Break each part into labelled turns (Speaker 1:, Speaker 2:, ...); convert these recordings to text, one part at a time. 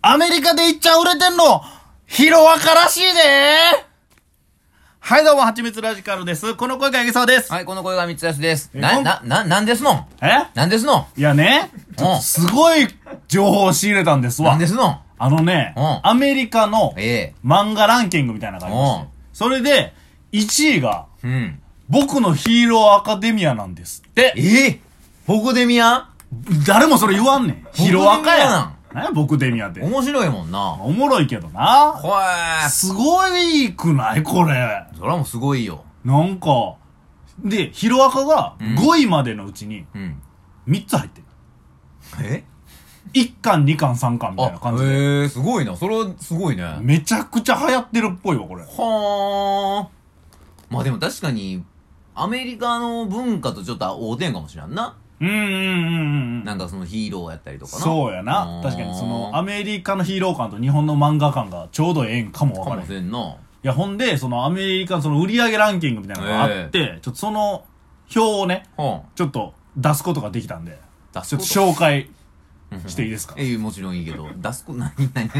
Speaker 1: アメリカでいっちゃん売れてんの、ヒロアカらしいではい、どうも、はちみつラジカルです。この声がやぎそうです。
Speaker 2: はい、この声が三つ安です。
Speaker 1: え
Speaker 2: な、
Speaker 1: こん
Speaker 2: な、な、なんですのん
Speaker 1: え
Speaker 2: なんですのん
Speaker 1: いやね、
Speaker 2: うん
Speaker 1: すごい情報を仕入れたんです
Speaker 2: な
Speaker 1: わ
Speaker 2: んで。すのん
Speaker 1: あのね、
Speaker 2: うん
Speaker 1: アメリカの
Speaker 2: え
Speaker 1: 漫画ランキングみたいなのがありまして
Speaker 2: うん、
Speaker 1: それで、1位が、
Speaker 2: えうん。
Speaker 1: 僕のヒーローアカデミアなんですって。
Speaker 2: ええ僕でみや
Speaker 1: 誰もそれ言わんねん。ヒーローアカやん。ね、僕デミアって。
Speaker 2: 面白いもんな。
Speaker 1: おもろいけどな。
Speaker 2: ほえ
Speaker 1: すごいくないこれ。
Speaker 2: そらもうすごいよ。
Speaker 1: なんか、で、ヒロアカが5位までのうちに
Speaker 2: うん。
Speaker 1: 3つ入ってる。
Speaker 2: え
Speaker 1: 1巻、2巻、3巻みたいな
Speaker 2: あ
Speaker 1: 感、じで。
Speaker 2: ええすごいな。それはすごいね。は
Speaker 1: めちゃくちゃ流行ってるっぽいわ、これ。
Speaker 2: ー。まあでも確かに、アメリカの文化とちょっと合うてんかもしらんな。
Speaker 1: うんうんうんうん
Speaker 2: な。んかそのヒーローやったりとかな。
Speaker 1: そうやな。確かにその、ア
Speaker 2: メ
Speaker 1: メリカのヒーロー感と日本の漫画感がちょうどええんかも
Speaker 2: リ
Speaker 1: わ
Speaker 2: カ
Speaker 1: か
Speaker 2: かも
Speaker 1: らへん。い
Speaker 2: せんな。
Speaker 1: や、ほんで、そのアメリカのその売り上げランキングみたいなのがあって、ちょっとその表をね、
Speaker 2: は
Speaker 1: ちょっと出すことができたんで、
Speaker 2: あ。出
Speaker 1: ちょっと紹介していいですか
Speaker 2: ええ、もちろんい いけど、出すこ、 なに、なに、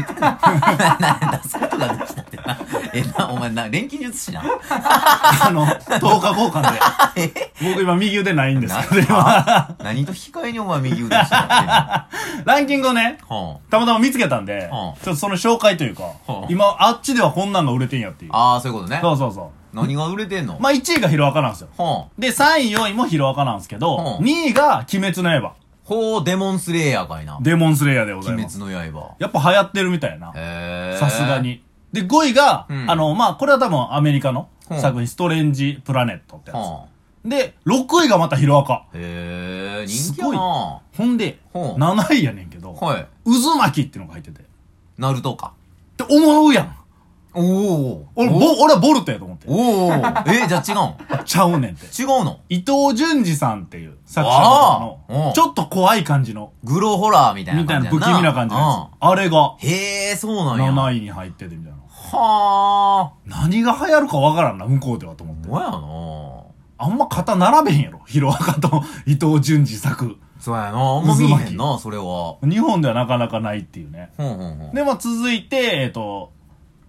Speaker 2: な出すことができたってな。 え、な、お前な、錬金術師な。
Speaker 1: あの、10日交 換で。僕今右腕ないんですけど、今。
Speaker 2: 何と引き換えにお前右腕して たっ
Speaker 1: ランキングをね、
Speaker 2: けは
Speaker 1: たまたま見つけたんで、ちょ
Speaker 2: は
Speaker 1: っ
Speaker 2: あ
Speaker 1: とその紹介というか
Speaker 2: はあ、
Speaker 1: 今、あっちではこんなんが売れてんやっていう。
Speaker 2: あ。ああ、そういうことね。
Speaker 1: そうそうそ
Speaker 2: 何が売れてんの
Speaker 1: う。まあ1位がヒロアカなんですよ。
Speaker 2: はあ。
Speaker 1: で、3位、4位もヒロアカなんですけど
Speaker 2: は、あ
Speaker 1: 2位が鬼滅の刃。
Speaker 2: ほう、デモンスレイヤーかいな。
Speaker 1: デモンスレイヤーでござい
Speaker 2: 鬼
Speaker 1: ます。
Speaker 2: 滅の刃。
Speaker 1: やっぱ流行ってるみたいな。
Speaker 2: へえ。
Speaker 1: さすが。に。で、5位が、
Speaker 2: うん
Speaker 1: あの、まあ、これは多分アメリカの
Speaker 2: はあ
Speaker 1: 作品、ストレンジ・プラネットってや
Speaker 2: はあ。
Speaker 1: つ。で、6位がまたヒロアカ。
Speaker 2: へえ、人気
Speaker 1: す
Speaker 2: や
Speaker 1: ごい
Speaker 2: な。は
Speaker 1: ほんで、
Speaker 2: はあ
Speaker 1: 7位やねんけど、
Speaker 2: い。
Speaker 1: 渦巻きっていうのが入ってて。っ
Speaker 2: ナルトか。
Speaker 1: て思うやん。
Speaker 2: おお。
Speaker 1: 俺、ぼ、俺はボルトやと思って。
Speaker 2: おお。え、じゃあ違うん
Speaker 1: ちゃうねんって。
Speaker 2: 違うの
Speaker 1: 伊藤淳二さんっていう作者の方
Speaker 2: ああう
Speaker 1: の、
Speaker 2: ん
Speaker 1: ちょっと怖い感じの、
Speaker 2: グロホラーみたいな
Speaker 1: みたい
Speaker 2: 感
Speaker 1: な
Speaker 2: じ
Speaker 1: 不気
Speaker 2: や
Speaker 1: 味な感じのやつ。あれが、
Speaker 2: うんへえ、そうなんや。
Speaker 1: 7位に入っててみたいな。
Speaker 2: はあ。
Speaker 1: 何が流行るかわからんな、向こうではと思って
Speaker 2: ほ。んまやな。
Speaker 1: あんま肩並べへんやろ。ヒロアカと 伊藤淳二作。
Speaker 2: そうやな。あんま見えへんな、それは。
Speaker 1: 日本ではなかなかないっていうね。
Speaker 2: ほんほんほん。
Speaker 1: で、まあ続いて、えっと、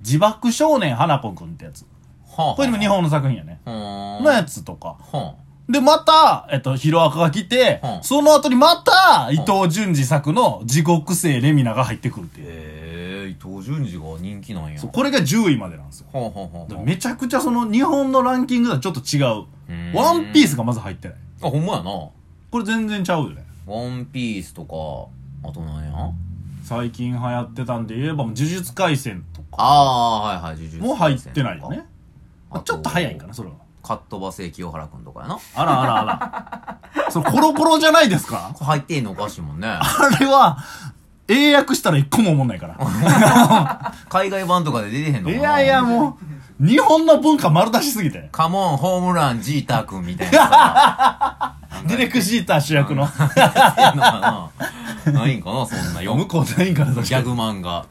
Speaker 1: 自爆少年花子くんってやつ。
Speaker 2: はあ
Speaker 1: これでも日。本の作品やね。
Speaker 2: ほん。
Speaker 1: のやつとか。
Speaker 2: ほ
Speaker 1: で、また、えっと、ヒロアカが来て、
Speaker 2: うん
Speaker 1: その後にまた、伊藤淳二作の地獄生レミナが入ってくるって
Speaker 2: ん。
Speaker 1: いう。
Speaker 2: へえ、伊藤淳二が人気なんや。
Speaker 1: そう
Speaker 2: ほ
Speaker 1: これが10位までなんですよ。
Speaker 2: んほんほん
Speaker 1: だ
Speaker 2: ほ
Speaker 1: から
Speaker 2: ん。
Speaker 1: めちゃくちゃその日本のランキングとはちょっと違う。
Speaker 2: うーん
Speaker 1: ワンピースがまず入ってない。
Speaker 2: あ、ほんまやな。
Speaker 1: これ全然ちゃうよね。
Speaker 2: ワンピースとか、あと何や
Speaker 1: 最近流行ってたんで言えば、もう呪術廻戦とか
Speaker 2: ああ、はいはい、呪術
Speaker 1: も入ってないよね。
Speaker 2: あと
Speaker 1: ちょっと早いんかな、それは。
Speaker 2: カットバセ清原くんとかやな。こ
Speaker 1: あらあらあら。そ れコロコロじゃないですか
Speaker 2: れ入ってんのおかしいもんね。
Speaker 1: あれは、英訳したら一個も思んないから。
Speaker 2: 海外版とかで出てへんの
Speaker 1: い
Speaker 2: かな
Speaker 1: やいや、もう、日本の文化丸出しすぎて。
Speaker 2: カモン、ホームラン、ジーター君みたいなさ。
Speaker 1: ディレクシーター主役の。
Speaker 2: やってんのかなないんかなそんな。よ
Speaker 1: 向こうないんから、
Speaker 2: ギ
Speaker 1: 確か
Speaker 2: ャグ漫画。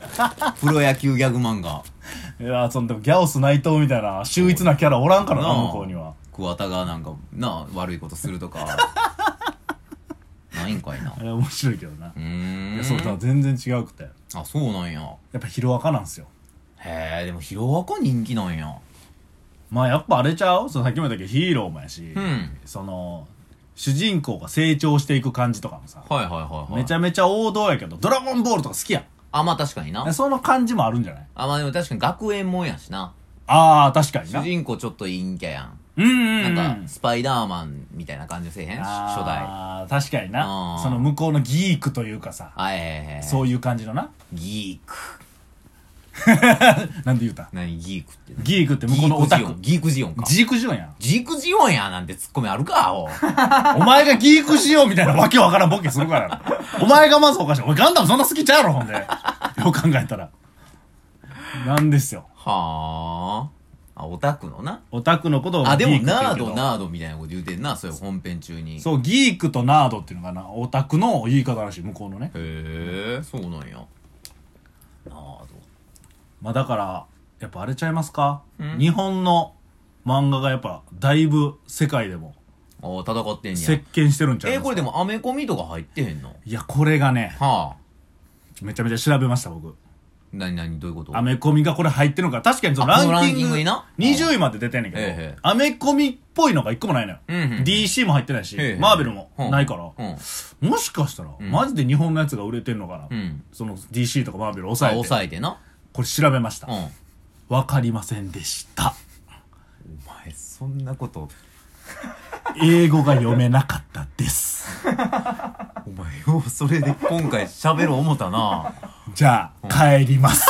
Speaker 2: プロ野球ギャグ漫画。
Speaker 1: に。いや、その、でもギャオス内藤みたいな、秀逸なキャラおらんからな、
Speaker 2: なあ
Speaker 1: 向こうには。
Speaker 2: 桑田がなんか、なあ、悪いことするとか。ないんかいな
Speaker 1: あ。れ面白いけどな
Speaker 2: う。
Speaker 1: い
Speaker 2: ー
Speaker 1: や
Speaker 2: ん。
Speaker 1: そう、だから全然違うくて。や
Speaker 2: あ、そうなんや。
Speaker 1: っぱヒロアカなんすよ。
Speaker 2: へえ、でもヒロアカ人気なんや。
Speaker 1: まあ、やっぱあれちゃうその、さっきも言ったけど、ヒーローもやし
Speaker 2: う、ん。
Speaker 1: その、主人公が成長していく感じとかもさ、
Speaker 2: はいはいはいはい。
Speaker 1: めちゃめちゃ王道やけど、ドラゴンボールとか好きやん。
Speaker 2: あ、まあ確かにな。
Speaker 1: その感じもあるんじゃない
Speaker 2: あ、まあでも確かに学園もんやしな。
Speaker 1: ああ、確かにな。
Speaker 2: 主
Speaker 1: うん
Speaker 2: 人公ちょっと陰キャやん。
Speaker 1: うんう。
Speaker 2: なんんか、スパイダーマンみたいな感じせえへんし初代。
Speaker 1: あー確かにな
Speaker 2: うん
Speaker 1: その向こうのギークというかさ
Speaker 2: あ、ええー。
Speaker 1: そういう感じのな
Speaker 2: ギーク。
Speaker 1: なんで言うた
Speaker 2: 何ギークって何
Speaker 1: ギークって向こうのオタク
Speaker 2: ギークジオンか。
Speaker 1: ギークジオンやん
Speaker 2: ジークジオンやなんてツッコミあるか、おい
Speaker 1: お前がギークジオンみたいなわけわからんボケするからなお前がまずおかしい俺ガンダムそんな好きちゃうやろほんでよく考えたらなんですよ
Speaker 2: はあ。あ、オタクのな。
Speaker 1: オタクのことを
Speaker 2: あ、でも、
Speaker 1: ギークって言
Speaker 2: ナ
Speaker 1: う
Speaker 2: ー
Speaker 1: けど
Speaker 2: ド、ナードみたいなこと言うてんな、そういう本編中に。へ
Speaker 1: そうギークとナードっていうのがなオタクの言い方らしい向こうのね
Speaker 2: え、そうなんや。ナード。
Speaker 1: まあだからやっぱあれちゃいますか
Speaker 2: うん
Speaker 1: 日本の漫画がやっぱだいぶ世界でも
Speaker 2: あ戦ってんや
Speaker 1: 席。巻してるんちゃい
Speaker 2: え、
Speaker 1: ます
Speaker 2: これでもアメコミとか入ってへんの
Speaker 1: いや、これがね、
Speaker 2: はい
Speaker 1: めちゃめちゃ調べました、僕。
Speaker 2: 何何どういうこと
Speaker 1: アメコミがこれ入ってるのか確かにそのラン
Speaker 2: あこのラン
Speaker 1: キ
Speaker 2: キ
Speaker 1: ング
Speaker 2: ングにな
Speaker 1: 20位まで出てんねんけど、
Speaker 2: ええ
Speaker 1: アメコミっぽいのが一個もないのよ、
Speaker 2: うんうん
Speaker 1: DC も入ってないし、
Speaker 2: へえへえ
Speaker 1: マーベルも
Speaker 2: うん
Speaker 1: ないから、
Speaker 2: うん
Speaker 1: もしかしたら、
Speaker 2: ん
Speaker 1: マジで日本のやつが売れてんのかな、
Speaker 2: うん
Speaker 1: その DC とかマーベルを
Speaker 2: あ
Speaker 1: 抑えて
Speaker 2: 抑えてな
Speaker 1: これ調べました
Speaker 2: うんお前
Speaker 1: わ、かりませんでした
Speaker 2: そんなこと
Speaker 1: 英語が読めなかったです
Speaker 2: お前ようそれで今回喋ろう思った な
Speaker 1: じゃあ、帰ります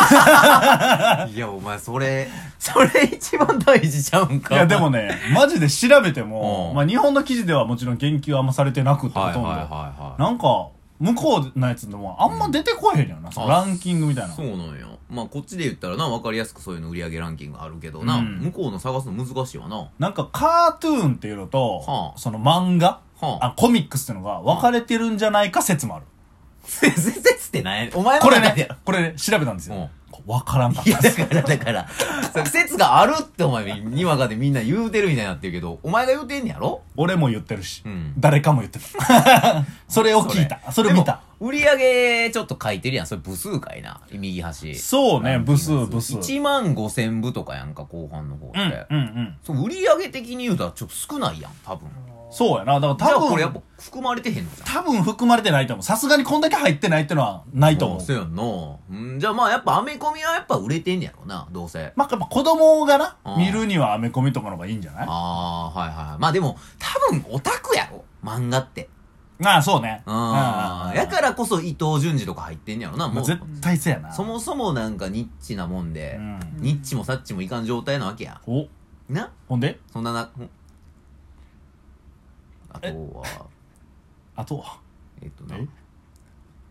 Speaker 2: いやお前それそれ一番大事ちゃうん
Speaker 1: い
Speaker 2: か
Speaker 1: やでもねマジで調べても、
Speaker 2: うん
Speaker 1: まあ、日本の記事ではもちろん言及あんまされてなくってほとん
Speaker 2: はい
Speaker 1: ど、
Speaker 2: はいはいはい
Speaker 1: なんか向こうのやつでもあんま出てこへんよな、そのランキングみたいな
Speaker 2: そうなんやまあこっちで言ったらな分かりやすくそういうの売り上げランキングあるけどな、
Speaker 1: うん
Speaker 2: 向こうの探すの難しいわな
Speaker 1: なんかカートゥーンっていうのと、
Speaker 2: はあ
Speaker 1: その漫画、
Speaker 2: はあ
Speaker 1: あコミックスっていうのが分かれてるんじゃないか説もある、
Speaker 2: 説ってないお前の
Speaker 1: これ
Speaker 2: 中で
Speaker 1: ねこれね調べたんですよ、分からんかっ
Speaker 2: いや
Speaker 1: たで
Speaker 2: だ
Speaker 1: す
Speaker 2: からだからそう説があるってお前にわかでみんな言うてるみたいになってるけどお前が言うてんねやろ
Speaker 1: 俺も言ってるし、
Speaker 2: うん
Speaker 1: 誰かも言ってた それを聞いたそれ見た
Speaker 2: でも売り上げちょっと書いてるやんそれ部数かいな右端
Speaker 1: そうね部数部数
Speaker 2: 1万5千部とかやんか後半の方って、
Speaker 1: うんうんうん
Speaker 2: そう売り上げ的に言うたらちょっと少ないやん多分
Speaker 1: そうやなだから
Speaker 2: じ
Speaker 1: 多
Speaker 2: ゃあ
Speaker 1: 分
Speaker 2: これやっぱ含まれてへんのじゃ
Speaker 1: 多
Speaker 2: ん
Speaker 1: 分含まれてないと思う。さすがにこんだけ入ってないってのはないと思う。
Speaker 2: そうやんなうんじゃあまあやっぱアメコミはやっぱ売れてんねやろなどうせ
Speaker 1: まあ、やっぱ子供がな、
Speaker 2: うん
Speaker 1: 見るにはアメコミとかの方がいいんじゃない
Speaker 2: ああーはいはいまあでも多分オタクやろ漫画って
Speaker 1: ああ、そうね。
Speaker 2: ああ。やからこそ伊藤淳二とか入ってんねやろな、
Speaker 1: ま
Speaker 2: も
Speaker 1: あ
Speaker 2: う。
Speaker 1: 絶対そうやな。
Speaker 2: そもそもなんかニッチなもんで、
Speaker 1: うん
Speaker 2: ニッチもサッチもいかん状態なわけや。
Speaker 1: お、
Speaker 2: な
Speaker 1: ほんで
Speaker 2: そんなな、ほんあとは、
Speaker 1: あとは。
Speaker 2: えっとな
Speaker 1: え、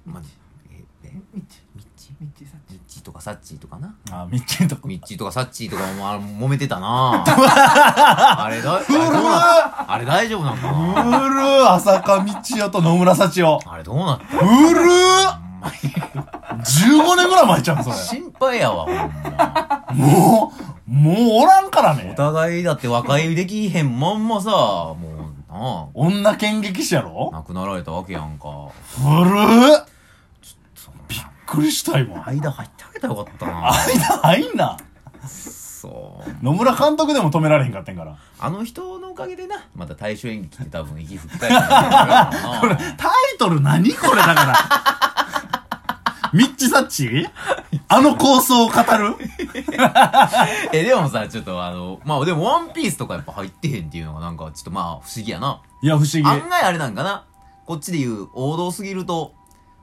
Speaker 2: まじ、え、え、ミッチ、ミッチ、ミッチ、サッチ。ミッチとかサッチとかな。
Speaker 1: ああ、みっちりとこ。
Speaker 2: ミッチーとかサッチーとかも、あ揉めてた なあれだ、あれどうなあれ大丈夫なんか
Speaker 1: うる
Speaker 2: な
Speaker 1: ー、浅香道代と野村幸男。
Speaker 2: あれどうなって
Speaker 1: うるー !15 年ぐらい前ちゃうん、それ。
Speaker 2: 心配やわ、ほんま。
Speaker 1: もう、もうおらんからね
Speaker 2: お。互いだって和解できへんまんまさ、もうな
Speaker 1: 女剣劇師やろ
Speaker 2: あ、亡くなられたわけやんか。
Speaker 1: うるーびっくりした、今。
Speaker 2: 間入ってあげたらよかった
Speaker 1: 間
Speaker 2: な。
Speaker 1: 入んな。
Speaker 2: そう。
Speaker 1: 野村監督でも止められへんかってんから。
Speaker 2: あの人のおかげでな、また大衆演劇って多分息吹き返してくれる から
Speaker 1: これ、
Speaker 2: な。
Speaker 1: タイトル何これだから。 ミッチサッチあの構想を語る
Speaker 2: え、でもさ、ちょっとあの、まあでもワンピースとかやっぱ入ってへんっていうのがなんかちょっとまあ不思議やな。
Speaker 1: いや、不思議。
Speaker 2: 案外あれなんかな。こっちで言う王道すぎると、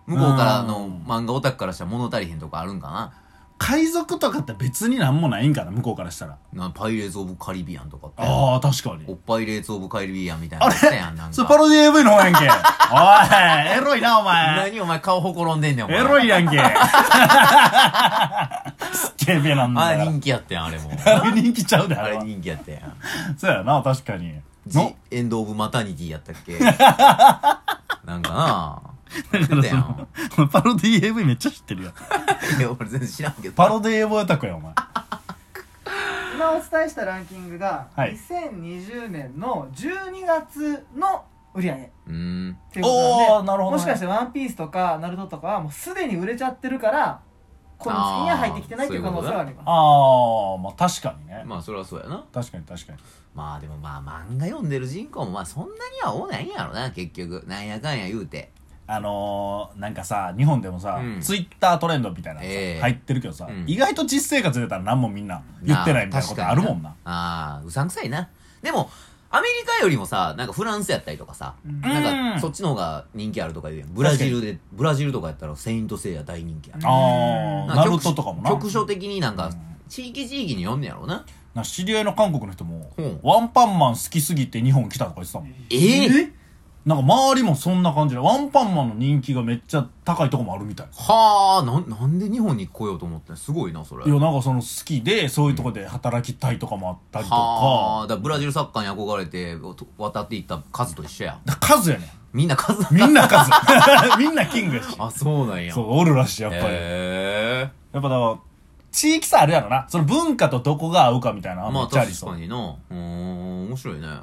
Speaker 2: 向こうからの
Speaker 1: うん
Speaker 2: 漫画オタクからしたら物足りへんとかあるんかな。
Speaker 1: 海賊とかって別になんもないんかな、向こうからしたら。
Speaker 2: なパイレーツ・オブ・カリビアンとかって。
Speaker 1: ああ、確か
Speaker 2: お
Speaker 1: に。
Speaker 2: っぱいレーツオブカイルビーやんみたいなのあったやん、な んか。
Speaker 1: それパロディ AV の方 やんけ。おい、エロいな、お前。
Speaker 2: 何お前顔ほころんでんねん、お
Speaker 1: エ
Speaker 2: 前。
Speaker 1: ロいやん け。すっげえべなん
Speaker 2: あ
Speaker 1: だ
Speaker 2: れ
Speaker 1: よ。
Speaker 2: 人気やったやん、あれも。
Speaker 1: あれ人気ちゃうで、あ
Speaker 2: あ
Speaker 1: れ
Speaker 2: れ
Speaker 1: は。
Speaker 2: 人気やったやん。
Speaker 1: そうやな、確かに。
Speaker 2: ジ
Speaker 1: の、
Speaker 2: エンド・オブ・マタニティやったっ けなんかなぁ。やったやん。
Speaker 1: その パロディ AV めっちゃ知ってるよ。
Speaker 2: いや、 俺全然知らんけど。
Speaker 1: パロディ AV オタクや、お前。
Speaker 3: 今お伝えしたランキングが
Speaker 1: はい
Speaker 3: 2020年の12月の売り上げっ
Speaker 2: うーん。
Speaker 3: ていうこと
Speaker 1: お
Speaker 3: な
Speaker 1: ー
Speaker 3: んで
Speaker 1: なるほどね
Speaker 3: もしかして「ワンピースとか「ナルトとかはもうすでに売れちゃってるからこの月には入ってきてないっていう可能性はあります
Speaker 1: ああ、まあ確かにね。
Speaker 2: まあ、それはそうやな。
Speaker 1: 確かに確かに。
Speaker 2: まあ、でもまあ、漫画読んでる人口もまあ、そんなには多ないんやろな、結局。なんやかんや言うて。
Speaker 1: あのー、なんかさ、日本でもさ、
Speaker 2: うん
Speaker 1: ツイッタートレンドみたいなのさ、
Speaker 2: ええ
Speaker 1: 入ってるけどさ、
Speaker 2: うん
Speaker 1: 意外と実生活出たら何もみんな言ってないみたいなことあるもんな。
Speaker 2: ああ、うさんくさいな。でも、アメリカよりもさ、なんかフランスやったりとかさ、
Speaker 3: うん
Speaker 2: なん
Speaker 1: う
Speaker 2: か
Speaker 1: ん
Speaker 2: そっちの方が人気あるとか言うやん。ブラジルで、ブラジルとかやったらセイントセイヤ大人気やな。
Speaker 1: あ
Speaker 2: な
Speaker 1: あ、
Speaker 2: んか
Speaker 1: ナ
Speaker 2: 局
Speaker 1: ルトとかもな。
Speaker 2: 局所的になんか、地域地域に読んねやろうな。
Speaker 1: なんか知り合いの韓国の人も、
Speaker 2: うん
Speaker 1: ワンパンマン好きすぎて日本来たとか言ってたもん。
Speaker 2: えー、
Speaker 1: なんか周りもそんな感じで、ワンパンマンの人気がめっちゃ高いとこもあるみたい。
Speaker 2: はあ、なん、なんで日本に来ようと思ってんすごいな、それ。
Speaker 1: いや、なんかその好きで、そういうとこで働きたいとかもあったりと
Speaker 2: はあ、
Speaker 1: か、
Speaker 2: だからブラジルサッカーに憧れて渡っていった数と一緒や。
Speaker 1: だから数やねん。
Speaker 2: みんな数
Speaker 1: みんな 数。みんなキングやし。
Speaker 2: あ、そうなんや。
Speaker 1: そう
Speaker 2: う。、
Speaker 1: おるらしい、やっぱり。
Speaker 2: へえ。
Speaker 1: やっぱだから、地域差あるやろな。その文化とどこが合うかみたいな、
Speaker 2: ま
Speaker 1: め
Speaker 2: あ
Speaker 1: っちゃあり
Speaker 2: 確
Speaker 1: そ
Speaker 2: か
Speaker 1: う。
Speaker 2: にな。うーん、面白いね。
Speaker 1: ま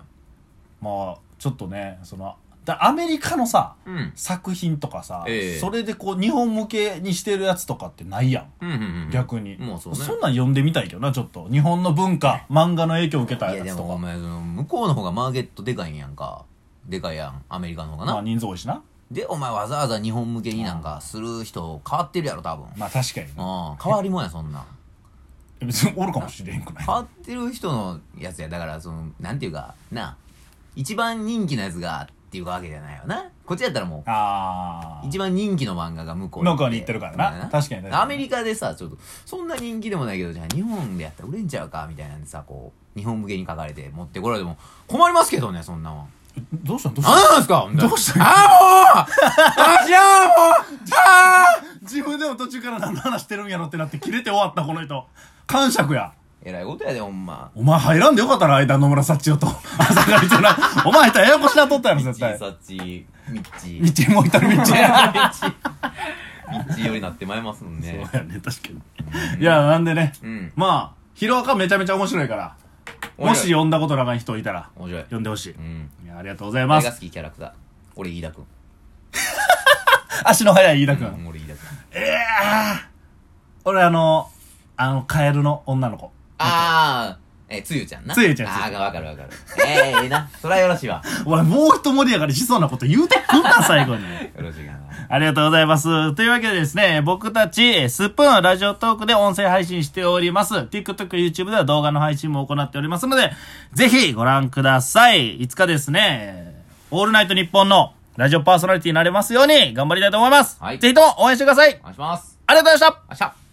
Speaker 1: あ、ちょっとね、その、だアメリカのさ、
Speaker 2: うん
Speaker 1: 作品とかさ、
Speaker 2: ええ
Speaker 1: それでこう日本向けにしてるやつとかってないやん
Speaker 2: うんうんうん
Speaker 1: 逆に、
Speaker 2: もうそうね
Speaker 1: んなん読んでみたいけどなちょっと日本の文 化漫画の影響を受けた
Speaker 2: いや
Speaker 1: や
Speaker 2: で
Speaker 1: つと
Speaker 2: もお
Speaker 1: か
Speaker 2: 前その向こうの方がマーケットでかいんやんかでかいやんアメリカの方がな、
Speaker 1: まあ人数多いしな
Speaker 2: でお前わざわざ日本向けになんかする人変わってるやろ多分、うん、
Speaker 1: まあ確かにな
Speaker 2: 変わりもんやそんなん
Speaker 1: 別におるかもしれんくない
Speaker 2: 変わってる人のやつやだからそのなんていうかな一番人気のやつがっていうわけじゃないよなこっちやったらもう
Speaker 1: ああ
Speaker 2: 一番人気の漫画が向こう
Speaker 1: 向こうに行ってるからな
Speaker 2: そうだ
Speaker 1: 確かに確かに
Speaker 2: アメリカでさちょっとそんな人気でもないけどじゃあ日本でやったら売れんちゃうかみたいなんでさこう日本向けに書かれて持ってこられても困りますけどねそんなもん
Speaker 1: どうしたんどうした
Speaker 2: 何なんすか
Speaker 1: どうした
Speaker 2: ああーもうあじゃあもうああ
Speaker 1: 自分でも途中から何の話してるんやろってなって切れて終わったこの人感触や
Speaker 2: えらいことやでほんま
Speaker 1: お前入らんでよかったな間野村幸男と 朝香里となお前とややこしなっとったやろ
Speaker 2: ミッ
Speaker 1: 絶
Speaker 2: チー
Speaker 1: 対
Speaker 2: サッチーミッチー
Speaker 1: 道もいたる道
Speaker 2: ミッチーミッチーよりなってまいますもん
Speaker 1: そう
Speaker 2: ね
Speaker 1: やね、確かに。いや、なんでね。
Speaker 2: うん
Speaker 1: まあ、ヒロアカめちゃめちゃ面白いから、もし読んだことのない人いたら、
Speaker 2: 面白い
Speaker 1: 読んでほしい。
Speaker 2: うん
Speaker 1: いやありがとうございま
Speaker 2: 俺が
Speaker 1: す。
Speaker 2: 好きキャラクター俺飯田君
Speaker 1: 足の速い飯田く。
Speaker 2: うんん俺飯田君
Speaker 1: 俺あの、あの、カエルの女の子。
Speaker 2: ああ、え、つゆちゃんな。
Speaker 1: つゆちゃん
Speaker 2: あ
Speaker 1: つゆ
Speaker 2: あ、わかるわかる。ええいいな。それはよろしいわ。
Speaker 1: 俺もう一盛り上がりしそうなこと言うてくんな、最後に。
Speaker 2: よろしいかな。
Speaker 1: ありがとうございます。というわけでですね、僕たち、えースプーンラジオトークで音声配信しております。TikTok、YouTube では動画の配信も行っておりますので、ぜひご覧ください。いつかですね、オールナイト日本のラジオパーソナリティになれますように頑張りたいと思います。
Speaker 2: はい
Speaker 1: ぜひとも応援してください。あり
Speaker 2: お願いします。
Speaker 1: がとうございました
Speaker 2: あっしゃ。